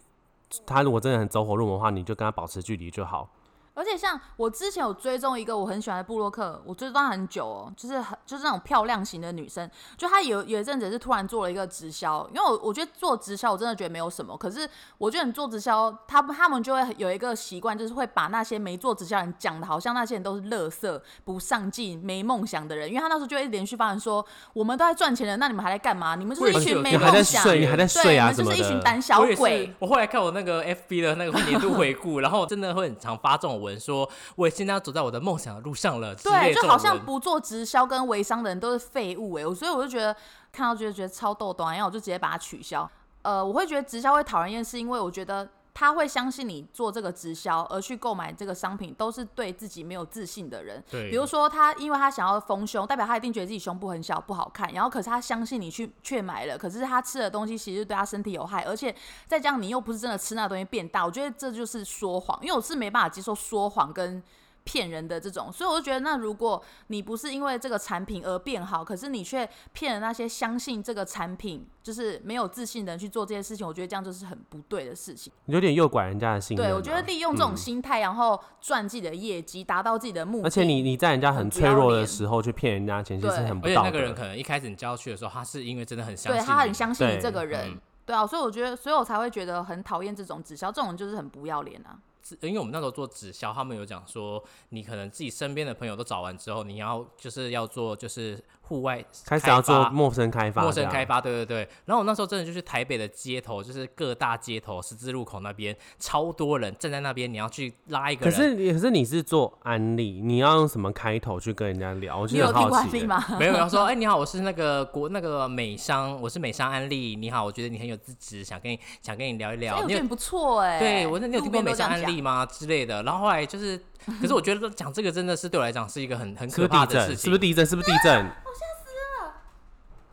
[SPEAKER 4] 他如果真的很走火入魔的话，你就跟他保持距离就好。
[SPEAKER 3] 而且像我之前有追踪一个我很喜欢的布洛克，我追踪她很久哦，就是很就是那种漂亮型的女生，就她有有一阵子是突然做了一个直销，因为我我觉得做直销我真的觉得没有什么，可是我觉得你做直销，他们他们就会有一个习惯，就是会把那些没做直销的人讲的好像那些人都是垃圾、不上进、没梦想的人，因为他那时候就会连续发文说，我们都在赚钱了，那你们还在干嘛？你们就是一群没
[SPEAKER 4] 你还
[SPEAKER 3] 哎梦
[SPEAKER 4] 在
[SPEAKER 3] 想，
[SPEAKER 4] 睡，你还在睡啊
[SPEAKER 3] 对，
[SPEAKER 4] 什
[SPEAKER 3] 你
[SPEAKER 4] 么
[SPEAKER 3] 们
[SPEAKER 4] 的。
[SPEAKER 3] 就是一群胆小
[SPEAKER 2] 我也
[SPEAKER 3] 鬼
[SPEAKER 2] 是。，我后来看我那个 FB 的那个年度回 顾，然后真的会很常发这种文说，我现在要走在我的梦想的路上了，之类
[SPEAKER 3] 对，
[SPEAKER 2] 的这
[SPEAKER 3] 就
[SPEAKER 2] 种
[SPEAKER 3] 好像
[SPEAKER 2] 文
[SPEAKER 3] 不做直销跟微商的人都是废物哎、我所以我就觉得看到就是觉得超逗短，然后我就直接把它取消。呃，我会觉得直销会讨人厌，是因为我觉得他会相信你做这个直销而去购买这个商品，都是对自己没有自信的人。
[SPEAKER 2] 对
[SPEAKER 3] 比如说他因为他想要丰胸，代表他一定觉得自己胸部很小不好看，然后可是他相信你去却买了，可是他吃的东西其实对他身体有害，而且再加上你又不是真的吃那东西变大，我觉得这就是说谎，因为我是没办法接受说谎跟。骗人的这种，所以我就觉得，那如果你不是因为这个产品而变好，可是你却骗了那些相信这个产品就是没有自信的人去做这些事情，我觉得这样就是很不对的事情。
[SPEAKER 4] 有点诱拐人家的信任啊。
[SPEAKER 3] 对，我觉得利用这种心态，然后赚自己的业绩，达到自己的目的。
[SPEAKER 4] 而且你你在人家很
[SPEAKER 3] 很不
[SPEAKER 4] 脆
[SPEAKER 3] 要
[SPEAKER 4] 弱的
[SPEAKER 3] 脸
[SPEAKER 4] 时候去骗人家钱，其实
[SPEAKER 3] 对
[SPEAKER 4] 很不
[SPEAKER 2] 而且
[SPEAKER 4] 道
[SPEAKER 2] 那
[SPEAKER 4] 德
[SPEAKER 2] 个人可能一开始你叫他去的时候，他是因为真的很相
[SPEAKER 3] 对
[SPEAKER 2] 信你，
[SPEAKER 3] 他很相信你这
[SPEAKER 4] 对
[SPEAKER 3] 个人，
[SPEAKER 2] 嗯
[SPEAKER 3] 对啊，所以我觉得，所以我才会觉得很讨厌这种直销，这种就是很不要脸啊。
[SPEAKER 2] 自因为我们那时候做直销，他们有讲说，你可能自己身边的朋友都找完之后，你要就是要做就是户外
[SPEAKER 4] 开始要做
[SPEAKER 2] 发
[SPEAKER 4] 陌生开发，
[SPEAKER 2] 陌生开，发，对对对。然后我那时候真的就是台北的街头，就是各大街头十字路口那边，超多人站在那边，你要去拉一个
[SPEAKER 4] 可
[SPEAKER 2] 人。
[SPEAKER 4] 是你可是你是做安利，你要用什么开头去跟人家聊？我
[SPEAKER 3] 你
[SPEAKER 4] 觉
[SPEAKER 3] 有
[SPEAKER 4] 得很
[SPEAKER 3] 听
[SPEAKER 4] 好
[SPEAKER 3] 过
[SPEAKER 4] 奇
[SPEAKER 3] 利
[SPEAKER 4] 耶。
[SPEAKER 3] 吗？
[SPEAKER 2] 没有，然后说，哎、你好，我是那个国那个美商，我是美商安利，你好，我觉得你很有资质，想跟你想跟你聊一
[SPEAKER 3] 哎、
[SPEAKER 2] 聊。
[SPEAKER 3] 我
[SPEAKER 2] 你
[SPEAKER 3] 觉
[SPEAKER 2] 有
[SPEAKER 3] 得你不错哎、
[SPEAKER 2] 对我那你有
[SPEAKER 3] 路
[SPEAKER 2] 听过
[SPEAKER 3] 边
[SPEAKER 2] 美
[SPEAKER 3] 都这
[SPEAKER 2] 商
[SPEAKER 3] 样
[SPEAKER 2] 安
[SPEAKER 3] 讲
[SPEAKER 2] 利吗之类的？然后后来就是，可是我觉得讲这个真的是对我来讲是一个很很
[SPEAKER 4] 是
[SPEAKER 2] 可
[SPEAKER 4] 不是
[SPEAKER 2] 怕
[SPEAKER 4] 地
[SPEAKER 2] 的
[SPEAKER 4] 震？
[SPEAKER 2] 事情，
[SPEAKER 4] 是不是地震？是不是地震？我吓死了！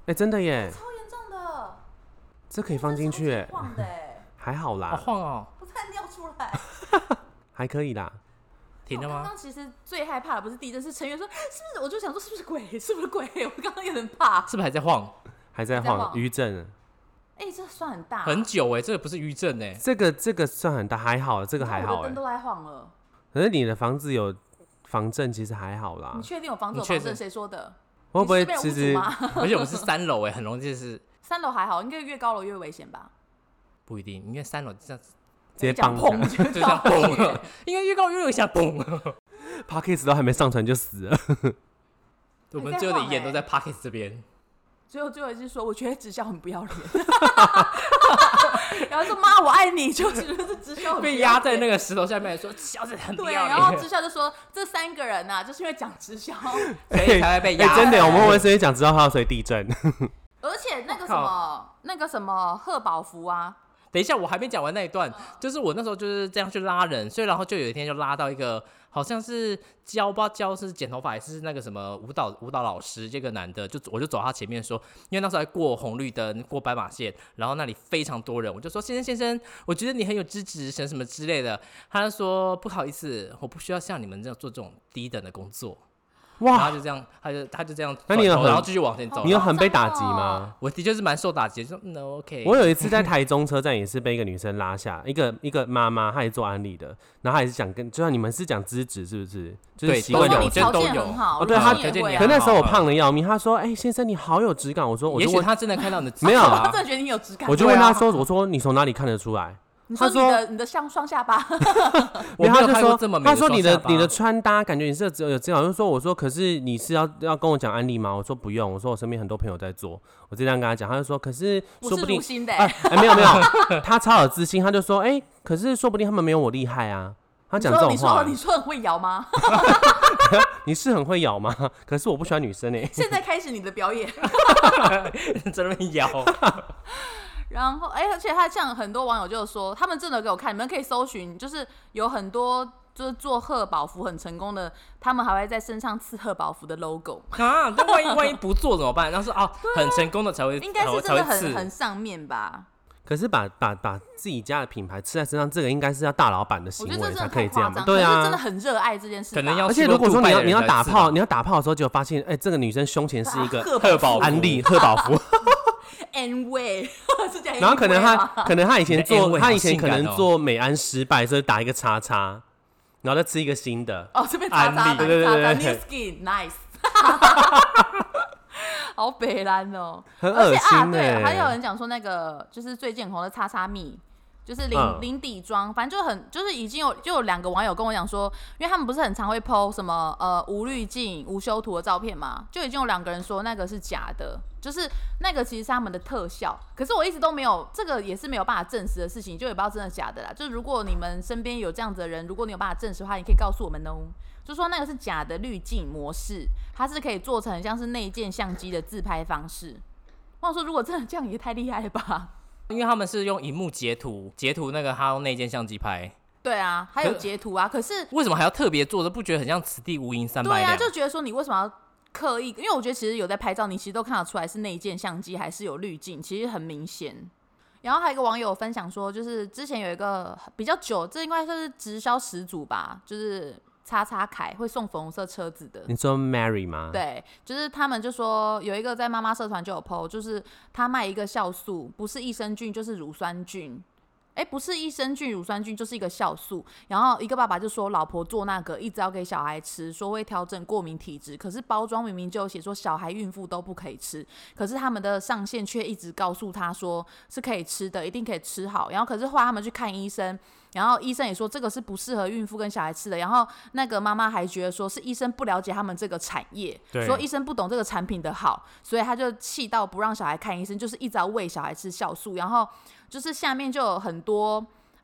[SPEAKER 4] 哎，真的耶，
[SPEAKER 3] 超严重的，
[SPEAKER 4] 这可以放进去耶，
[SPEAKER 3] 晃的哎、
[SPEAKER 4] 还好
[SPEAKER 2] 好
[SPEAKER 4] 啦，
[SPEAKER 2] 晃哦，
[SPEAKER 3] 我差点尿出来。
[SPEAKER 4] 还可以啦。
[SPEAKER 2] 停了
[SPEAKER 3] 我刚
[SPEAKER 2] 吗？
[SPEAKER 3] 刚其实最害怕的不是地震，是成员说是不是？我就想说是不是鬼？ 是不是鬼？我刚刚有点怕。
[SPEAKER 2] 是不是还在晃？
[SPEAKER 4] 还
[SPEAKER 3] 在
[SPEAKER 4] 在晃
[SPEAKER 3] 晃
[SPEAKER 4] 余震，
[SPEAKER 3] 哎、这算很大，
[SPEAKER 2] 很久哎、这个不是余震哎、
[SPEAKER 4] 这个这个算很大，还好，
[SPEAKER 3] 这
[SPEAKER 4] 这个还好哎
[SPEAKER 3] 灯。都在晃了。
[SPEAKER 4] 可是你的房子有防震，其实还好啦
[SPEAKER 3] 你。确定有房子
[SPEAKER 2] 啊
[SPEAKER 3] 有
[SPEAKER 2] 你确
[SPEAKER 3] 房
[SPEAKER 2] 定
[SPEAKER 3] 震？谁说的？
[SPEAKER 4] 会不会
[SPEAKER 3] 你
[SPEAKER 4] 其
[SPEAKER 3] 是被
[SPEAKER 4] 实
[SPEAKER 3] 屋主吗？
[SPEAKER 2] 而且我们是三楼哎、很容易就是
[SPEAKER 3] 三楼还好，应该越高楼越危险吧？
[SPEAKER 2] 不一定，因为三楼这样子
[SPEAKER 4] 直接
[SPEAKER 3] 讲
[SPEAKER 4] 绑
[SPEAKER 3] 砰
[SPEAKER 2] 就
[SPEAKER 4] 架
[SPEAKER 3] 就
[SPEAKER 2] 这样
[SPEAKER 3] 到
[SPEAKER 2] 嘣了，应该越高越有一下嘣。
[SPEAKER 4] p o c k e t 都还没上传就死了。
[SPEAKER 2] 我们
[SPEAKER 3] 还在
[SPEAKER 2] 最后的
[SPEAKER 3] 晃
[SPEAKER 2] 遗言都
[SPEAKER 3] 欸
[SPEAKER 2] 在 Pocket 这边，
[SPEAKER 3] 最后最后一句说，我觉得直销很不要脸， 然后说妈我爱你， 就是就是直销很不要
[SPEAKER 2] 被
[SPEAKER 3] 脸
[SPEAKER 2] 压在那个石头下面说，小子很不
[SPEAKER 3] 对，
[SPEAKER 2] 要
[SPEAKER 3] 然后
[SPEAKER 2] 脸
[SPEAKER 3] 直，销就说这三个人呐、就是因为讲直销，
[SPEAKER 2] 所以才会被压。
[SPEAKER 4] 哎真的，我们会不会是因为讲知道它所以地震？
[SPEAKER 3] 而且那个
[SPEAKER 2] 我
[SPEAKER 3] 什
[SPEAKER 2] 靠
[SPEAKER 3] 么那个什么贺宝福啊，
[SPEAKER 2] 等一下，我还没讲完那一
[SPEAKER 4] 哦
[SPEAKER 2] 段，就是我那时候就是这样去拉人，所以然后就有一天就拉到一个好像是教不知道教是剪头发还是那个什么舞蹈舞蹈老师，这个男的就我就走到他前面说，因为那时候还过红绿灯过斑马线，然后那里非常多人，我就说先生先生，我觉得你很有资质，什么什么之类的，他就说不好意思，我不需要像你们这样做这种低等的工作，然后
[SPEAKER 4] 哇，
[SPEAKER 2] 他就这样，他就他就这样转头，
[SPEAKER 4] 那你有很
[SPEAKER 2] 然后继续往前走
[SPEAKER 4] 你，有
[SPEAKER 3] 好
[SPEAKER 4] 很被
[SPEAKER 3] 夸
[SPEAKER 4] 打
[SPEAKER 3] 张
[SPEAKER 4] 击
[SPEAKER 3] 哦
[SPEAKER 4] 吗？
[SPEAKER 2] 我的确是蛮受打击的，就说嗯 OK，
[SPEAKER 4] 我有一次在台中车站也是被一个女生拉下，一 个一个妈妈，她也做安利的，然后她也是讲跟，就像你们是讲资质是不是？就是
[SPEAKER 2] 对
[SPEAKER 4] 习
[SPEAKER 2] 都
[SPEAKER 4] 惯
[SPEAKER 2] 有
[SPEAKER 3] 说
[SPEAKER 4] 讲
[SPEAKER 3] 你
[SPEAKER 2] 我觉得
[SPEAKER 3] 条
[SPEAKER 2] 都
[SPEAKER 3] 件
[SPEAKER 2] 有
[SPEAKER 3] 很好，
[SPEAKER 4] 哦对他
[SPEAKER 3] 你也
[SPEAKER 2] 条件
[SPEAKER 3] 会
[SPEAKER 2] 也
[SPEAKER 3] 啊
[SPEAKER 4] 可那时候我
[SPEAKER 2] 好啊
[SPEAKER 4] 胖的要命，她说：“哎、先生你好有质感。”我说：“我
[SPEAKER 2] 也
[SPEAKER 4] 就
[SPEAKER 2] 许
[SPEAKER 4] 问，
[SPEAKER 2] 他真的看到你的
[SPEAKER 4] 没有啊
[SPEAKER 3] 我
[SPEAKER 4] 啦
[SPEAKER 3] 真的觉得你有质感。
[SPEAKER 4] 我就
[SPEAKER 2] 对
[SPEAKER 4] 问
[SPEAKER 2] 啊
[SPEAKER 4] 她说：‘我说你从哪里看得出来
[SPEAKER 3] 你说
[SPEAKER 4] 他
[SPEAKER 3] 你
[SPEAKER 4] 说
[SPEAKER 3] 的你的像双下巴，？’
[SPEAKER 2] 我
[SPEAKER 4] 然
[SPEAKER 2] 没
[SPEAKER 4] 后
[SPEAKER 2] 有
[SPEAKER 4] 她就
[SPEAKER 2] 看过
[SPEAKER 4] 说
[SPEAKER 2] 这么：‘美
[SPEAKER 4] 她
[SPEAKER 2] 的
[SPEAKER 4] 说你的
[SPEAKER 2] 双下巴
[SPEAKER 4] 你的穿搭感觉你是只有有质感。’我就说：‘我说可是你是要要跟我讲安利吗？’我说不用，我说我身边很多朋友在做，我就这样跟她讲，她就说：‘可是
[SPEAKER 3] 我
[SPEAKER 4] 说
[SPEAKER 3] 是
[SPEAKER 4] 不定
[SPEAKER 3] 如新的、
[SPEAKER 4] 哎
[SPEAKER 3] 欸，
[SPEAKER 4] 哎，没有没有，他超有自信，他就说，哎、可是说不定他们没有我厉害啊。他讲这
[SPEAKER 3] 说
[SPEAKER 4] 种
[SPEAKER 3] 你说
[SPEAKER 4] 话，
[SPEAKER 3] 你说很会摇吗？
[SPEAKER 4] 你是很会咬吗？ 可是我不喜欢女生哎、
[SPEAKER 3] 现在开始你的表演。
[SPEAKER 2] 在那边摇，
[SPEAKER 3] 然后，哎、而且他像很多网友就说，他们真的给我看，你们可以搜寻，就是有很多就是做贺宝福很成功的，他们还会在身上刺贺宝福的 logo，
[SPEAKER 2] 啊，那万一万一不做怎么办？然后说哦，很成功的才会，
[SPEAKER 3] 应该是真
[SPEAKER 2] 才
[SPEAKER 3] 的
[SPEAKER 2] 会刺
[SPEAKER 3] 很很上面吧？
[SPEAKER 4] 可是把把把自己家的品牌吃在身上，这个应该是要大老板的
[SPEAKER 3] 我
[SPEAKER 4] 行
[SPEAKER 3] 觉得
[SPEAKER 4] 为
[SPEAKER 3] 这真
[SPEAKER 4] 才
[SPEAKER 3] 的
[SPEAKER 4] 可以
[SPEAKER 3] 太
[SPEAKER 4] 这
[SPEAKER 3] 夸
[SPEAKER 4] 样吧？
[SPEAKER 3] 张，
[SPEAKER 4] 对
[SPEAKER 3] 可是
[SPEAKER 4] 啊
[SPEAKER 3] 真的，很热爱这件事吧，
[SPEAKER 2] 可能要
[SPEAKER 4] 而且如果说你
[SPEAKER 2] 杜拜
[SPEAKER 4] 要
[SPEAKER 2] 的人
[SPEAKER 4] 你要
[SPEAKER 2] 才
[SPEAKER 4] 打
[SPEAKER 2] 吃
[SPEAKER 4] 炮，
[SPEAKER 2] 吧
[SPEAKER 4] 你要打炮的时候，就发现哎、这个女生胸前是一
[SPEAKER 3] 啊
[SPEAKER 4] 个
[SPEAKER 2] 贺宝
[SPEAKER 4] 安利贺宝 福，
[SPEAKER 3] N 位 是这样，
[SPEAKER 4] 然后
[SPEAKER 3] 哎
[SPEAKER 4] 可能她可能她以前
[SPEAKER 2] 你的 N
[SPEAKER 4] 做
[SPEAKER 2] 位
[SPEAKER 4] 她
[SPEAKER 2] 好
[SPEAKER 4] 以前
[SPEAKER 2] 性
[SPEAKER 4] 可
[SPEAKER 2] 感
[SPEAKER 4] 能
[SPEAKER 2] 哦
[SPEAKER 4] 做美安失败，所以打一个叉叉。然后再吃一个新的。
[SPEAKER 3] 哦，这边渣渣
[SPEAKER 4] 安利对
[SPEAKER 3] 的，
[SPEAKER 4] 对
[SPEAKER 3] 渣渣
[SPEAKER 4] 对对
[SPEAKER 3] new skin nice，好北蓝哦，
[SPEAKER 4] 很
[SPEAKER 3] 而
[SPEAKER 4] 恶
[SPEAKER 3] 且啊，
[SPEAKER 4] 心
[SPEAKER 3] 对，
[SPEAKER 4] 哎、
[SPEAKER 3] 还有人讲说那个就是最近很红的叉叉蜜，就是零、
[SPEAKER 4] 嗯
[SPEAKER 3] 零底妆，反正就很就是已经有就有两个网友跟我讲说，因为他们不是很常会 PO 什么呃无滤镜、无修图的照片嘛，就已经有两个人说那个是假的，就是那个其实是他们的特效，可是我一直都没有这个也是没有办法证实的事情，就也不知道真的假的啦。就是如果你们身边有这样子的人，如果你有办法证实的话，你可以告诉我们哦。就说那个是假的滤镜模式，它是可以做成像是内建相机的自拍方式。我想说，如果真的这样也太厉害了吧？
[SPEAKER 1] 因为他们是用荧幕截图，截图那个他用那件相机拍，
[SPEAKER 3] 对啊，还有
[SPEAKER 1] 可
[SPEAKER 3] 截图啊，可是
[SPEAKER 1] 为什么还要特别做？这不觉得很像此地无银三百
[SPEAKER 3] 对啊，
[SPEAKER 1] 两？
[SPEAKER 3] 就觉得说你为什么要刻意？因为我觉得其实有在拍照，你其实都看得出来是那一件相机还是有滤镜，其实很明显。然后还有一个网友分享说，就是之前有一个比较久，这应该算是直销始祖吧，就是叉叉凯会送粉红色车子的。
[SPEAKER 4] 你说 Mary 吗？，
[SPEAKER 3] 对，就是他们就说有一个在妈妈社团就有 PO，就是他卖一个酵素，不是益生菌就是乳酸菌。哎，不是益生菌、乳酸菌，就是一个酵素。然后一个爸爸就说，老婆做那个一直要给小孩吃，说会调整过敏体质。可是包装明明就有写说小孩、孕妇都不可以吃，可是他们的上线却一直告诉他说是可以吃的，一定可以吃好。然后可是后来他们去看医生，然后医生也说这个是不适合孕妇跟小孩吃的。然后那个妈妈还觉得说是医生不了解他们这个产业，
[SPEAKER 2] 对
[SPEAKER 3] 说医生不懂这个产品的好，所以他就气到不让小孩看医生，就是一直要喂小孩吃酵素。然后就是下面就有很多。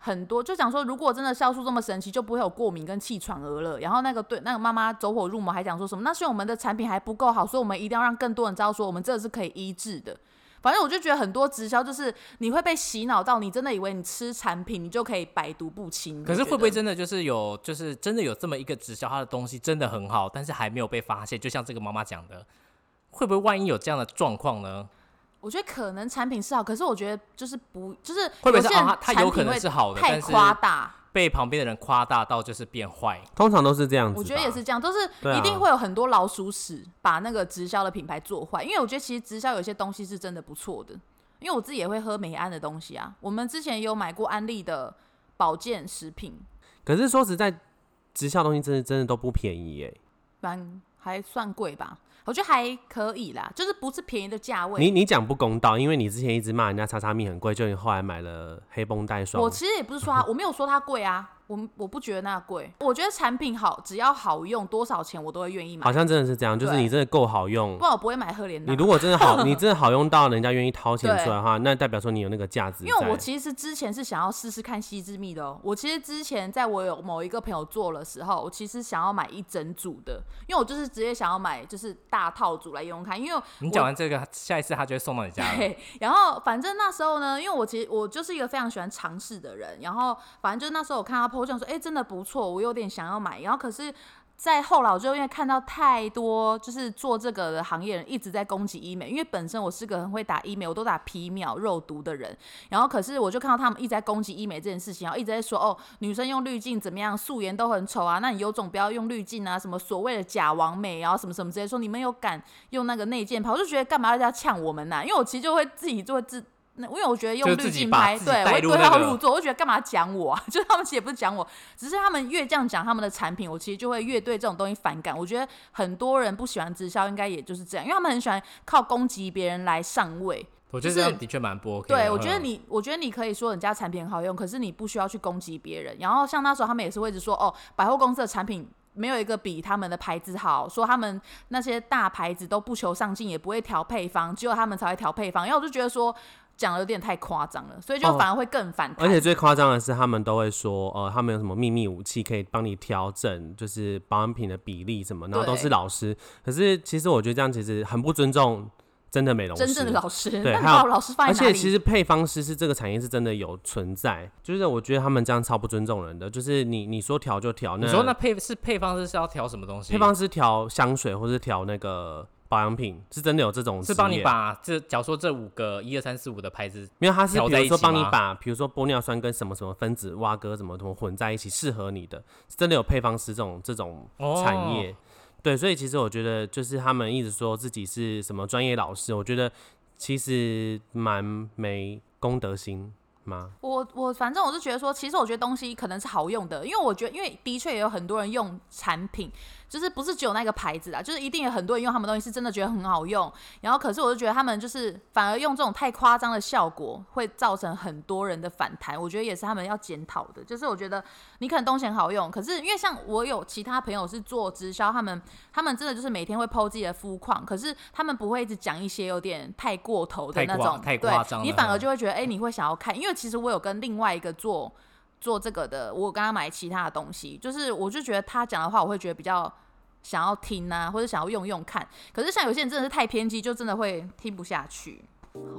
[SPEAKER 3] 很多就讲说，如果真的酵素这么神奇，就不会有过敏跟气喘儿了。然后那个对那个妈妈走火入魔，还讲说什么？那是因为我们的产品还不够好，所以我们一定要让更多人知道，说我们这个是可以医治的。反正我就觉得很多直销就是你会被洗脑到，你真的以为你吃产品你就可以百毒不侵。
[SPEAKER 1] 可
[SPEAKER 3] 我
[SPEAKER 1] 是
[SPEAKER 3] 觉
[SPEAKER 1] 会不会
[SPEAKER 3] 得
[SPEAKER 1] 真的就是有，就是真的有这么一个直销，他的东西真的很好，但是还没有被发现？就像这个妈妈讲的，会不会万一有这样的状况呢？
[SPEAKER 3] 我觉得可能产品是好，可是我觉得就是不就是
[SPEAKER 1] 会不会
[SPEAKER 3] 有
[SPEAKER 1] 是
[SPEAKER 3] 些
[SPEAKER 1] 啊
[SPEAKER 3] 人
[SPEAKER 1] 它它
[SPEAKER 3] 产
[SPEAKER 1] 有
[SPEAKER 3] 品
[SPEAKER 1] 可能
[SPEAKER 3] 会
[SPEAKER 1] 是好的
[SPEAKER 3] 太
[SPEAKER 1] 但是
[SPEAKER 3] 夸大。
[SPEAKER 1] 被旁边的人夸大到就是变坏？
[SPEAKER 4] 通常都是这样子吧。
[SPEAKER 3] 我觉得也是这样，都是
[SPEAKER 4] 对啊
[SPEAKER 3] 一定会有很多老鼠屎把那个直销的品牌做坏，因为我觉得其实直销有些东西是真的不错的，因为我自己也会喝美安的东西啊。我们之前也有买过安利的保健食品，
[SPEAKER 4] 可是说实在，直销东西真的真的都不便宜耶。
[SPEAKER 3] 蛮还算贵吧，我觉得还可以啦，就是不是便宜的价位。
[SPEAKER 4] 你你讲不公道，因为你之前一直骂人家叉叉蜜很贵，就你后来买了黑绷带霜
[SPEAKER 3] 我。其实也不是说它，我没有说它贵啊，我我不觉得那贵，我觉得产品好，只要好用，多少钱我都会愿意买
[SPEAKER 4] 好，像真的是这样，就是
[SPEAKER 3] 对
[SPEAKER 4] 你真的够好用
[SPEAKER 3] 不。然我不会买赫莲娜
[SPEAKER 4] 你。如果真 的好，你真的好用到人家愿意掏钱出来的话，那代表说你有那个价值在。
[SPEAKER 3] 因为我其实之前是想要试试看西之蜜的、哦，我其实之前在我有某一个朋友做的时候，我其实想要买一整组的，因为我就是直接想要买就是大套组来用用看，因为
[SPEAKER 1] 你
[SPEAKER 3] 我
[SPEAKER 1] 讲完这个，下一次他就会送到你家了。
[SPEAKER 3] 对，然后反正那时候呢，因为我其实我就是一个非常喜欢尝试的人，然后反正就是那时候我看他 PO 酱说，哎、真的不错，我有点想要买，然后可是。在后来，我就因为看到太多就是做这个的行业人一直在攻击医美，因为本身我是个很会打医美，我都打皮秒、肉毒的人，然后可是我就看到他们一直在攻击医美这件事情，然后一直在说哦，女生用滤镜怎么样，素颜都很丑啊，那你有种不要用滤镜啊，什么所谓的假完美，然后什么什么之类，说你们有敢用那个内件拍，我就觉得干嘛要这样呛我们啊呐、因为我其实就会自己做自。那因为我觉得用
[SPEAKER 1] 就
[SPEAKER 3] 滤
[SPEAKER 1] 自己
[SPEAKER 3] 镜
[SPEAKER 1] 把
[SPEAKER 3] 拍，
[SPEAKER 1] 自己
[SPEAKER 3] 对，
[SPEAKER 1] 带
[SPEAKER 3] 我会
[SPEAKER 1] 入
[SPEAKER 3] 对
[SPEAKER 1] 那
[SPEAKER 3] 号
[SPEAKER 1] 个
[SPEAKER 3] 入座，我就觉得干嘛讲我啊？就是他们其实也不是讲我，只是他们越这样讲他们的产品，我其实就会越对这种东西反感。我觉得很多人不喜欢直销，应该也就是这样，因为他们很喜欢靠攻击别人来上位。
[SPEAKER 1] 我觉得
[SPEAKER 3] 就
[SPEAKER 1] 这
[SPEAKER 3] 是
[SPEAKER 1] 样的确蛮不 OK 的。
[SPEAKER 3] 对，我觉得
[SPEAKER 1] 嗯
[SPEAKER 3] 你，我觉得你可以说人家产品很好用，可是你不需要去攻击别人。然后像那时候他们也是会一直说，哦，百货公司的产品没有一个比他们的牌子好，说他们那些大牌子都不求上进，也不会调配方，只有他们才会调配方。然后我就觉得说讲的有点太夸张了，所以就
[SPEAKER 4] 哦
[SPEAKER 3] 反而会更反弹。
[SPEAKER 4] 而且最夸张的是，他们都会说，呃，他们有什么秘密武器可以帮你调整，就是保养品的比例什么，然后都
[SPEAKER 3] 对
[SPEAKER 4] 是老师。可是其实我觉得这样其实很不尊重真的美容师，
[SPEAKER 3] 真正的老师，
[SPEAKER 4] 对
[SPEAKER 3] 那你
[SPEAKER 4] 还有
[SPEAKER 3] 把我老师放
[SPEAKER 4] 而
[SPEAKER 3] 在哪
[SPEAKER 4] 且
[SPEAKER 3] 里？
[SPEAKER 4] 其实配方师是这个产业是真的有存在，就是我觉得他们这样超不尊重人的，就是你你说调就调，
[SPEAKER 1] 你说那配是配方是是要调什么东西？
[SPEAKER 4] 配方师调香水或是调那个保养品，是真的有这种
[SPEAKER 1] 是帮
[SPEAKER 4] 职
[SPEAKER 1] 你
[SPEAKER 4] 业，
[SPEAKER 1] 把这，假如说这五个一二三四五的牌子，
[SPEAKER 4] 没有他是
[SPEAKER 1] 调
[SPEAKER 4] 比
[SPEAKER 1] 在
[SPEAKER 4] 如
[SPEAKER 1] 一
[SPEAKER 4] 说
[SPEAKER 1] 起
[SPEAKER 4] 帮你
[SPEAKER 1] 吗
[SPEAKER 4] 把，比如说玻尿酸跟什么什么分子蛙哥什么什么混在一起适合你的，是真的有配方师这种这种
[SPEAKER 1] 哦
[SPEAKER 4] 产业。对，所以其实我觉得就是他们一直说自己是什么专业老师，我觉得其实蛮没公德心。吗？
[SPEAKER 3] 我我反正我是觉得说，其实我觉得东西可能是好用的，因为我觉得，因为的确也有很多人用产品，就是不是只有那个牌子啊，就是一定有很多人用他们东西是真的觉得很好用。然后可是我就觉得他们就是反而用这种太夸张的效果，会造成很多人的反弹。我觉得也是他们要检讨的，就是我觉得你可能东西很好用，可是因为像我有其他朋友是做直销，他们他们真的就是每天会剖自己的肤况，可是他们不会一直讲一些有点太过头
[SPEAKER 2] 太
[SPEAKER 3] 的那
[SPEAKER 2] 夸
[SPEAKER 3] 种，
[SPEAKER 2] 太
[SPEAKER 3] 对
[SPEAKER 2] 夸张
[SPEAKER 3] 你
[SPEAKER 2] 了
[SPEAKER 3] 反
[SPEAKER 2] 嗯
[SPEAKER 3] 而就会觉得，哎、你会想要看，因为其实我有跟另外一个做做这个的，我有跟他买其他的东西，就是我就觉得他讲的话，我会觉得比较想要听啊，或者想要用用看。可是像有些人真的是太偏激，就真的会听不下去。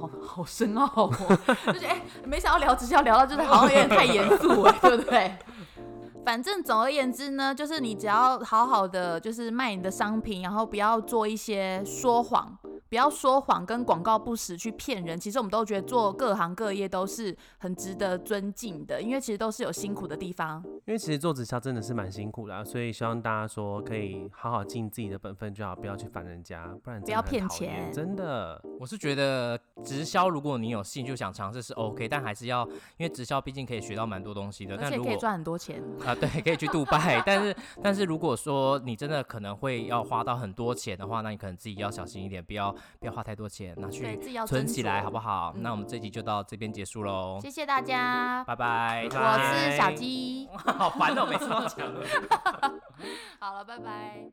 [SPEAKER 3] 好好深奥哦， 就是哎、没想到聊直销聊到就是好像有点太严肃了，对不对？反正总而言之呢，就是你只要好好的就是卖你的商品，然后不要做一些说谎，不要说谎跟广告不实去骗人。其实我们都觉得做各行各业都是很值得尊敬的，因为其实都是有辛苦的地方。
[SPEAKER 4] 因为其实做直销真的是蛮辛苦的、啊，所以希望大家说可以好好尽自己的本分就好，不要去烦人家，不然真的
[SPEAKER 3] 不要
[SPEAKER 4] 很
[SPEAKER 3] 骗
[SPEAKER 4] 讨厌
[SPEAKER 3] 钱
[SPEAKER 4] 真的。
[SPEAKER 2] 我是觉得直销，如果你有兴趣想尝试是 OK，但还是要因为直销毕竟可以学到蛮多东西的。
[SPEAKER 3] 而
[SPEAKER 2] 但
[SPEAKER 3] 且
[SPEAKER 2] 如
[SPEAKER 3] 可以
[SPEAKER 2] 果
[SPEAKER 3] 赚很多钱。
[SPEAKER 2] 啊、对，可以去杜拜， 但是但是如果说你真的可能会要花到很多钱的话，那你可能自己要小心一点，不要不要花太多钱，拿
[SPEAKER 3] 对
[SPEAKER 2] 去
[SPEAKER 3] 自己要
[SPEAKER 2] 存
[SPEAKER 3] 斟
[SPEAKER 2] 起
[SPEAKER 3] 酌
[SPEAKER 2] 来好不好？
[SPEAKER 3] 嗯
[SPEAKER 2] 那我们这集就到这边结束喽，
[SPEAKER 3] 谢谢大家，
[SPEAKER 2] 拜拜。
[SPEAKER 3] 我是小，鸡。
[SPEAKER 2] 好烦哦，每次都讲。
[SPEAKER 3] 好了，拜拜。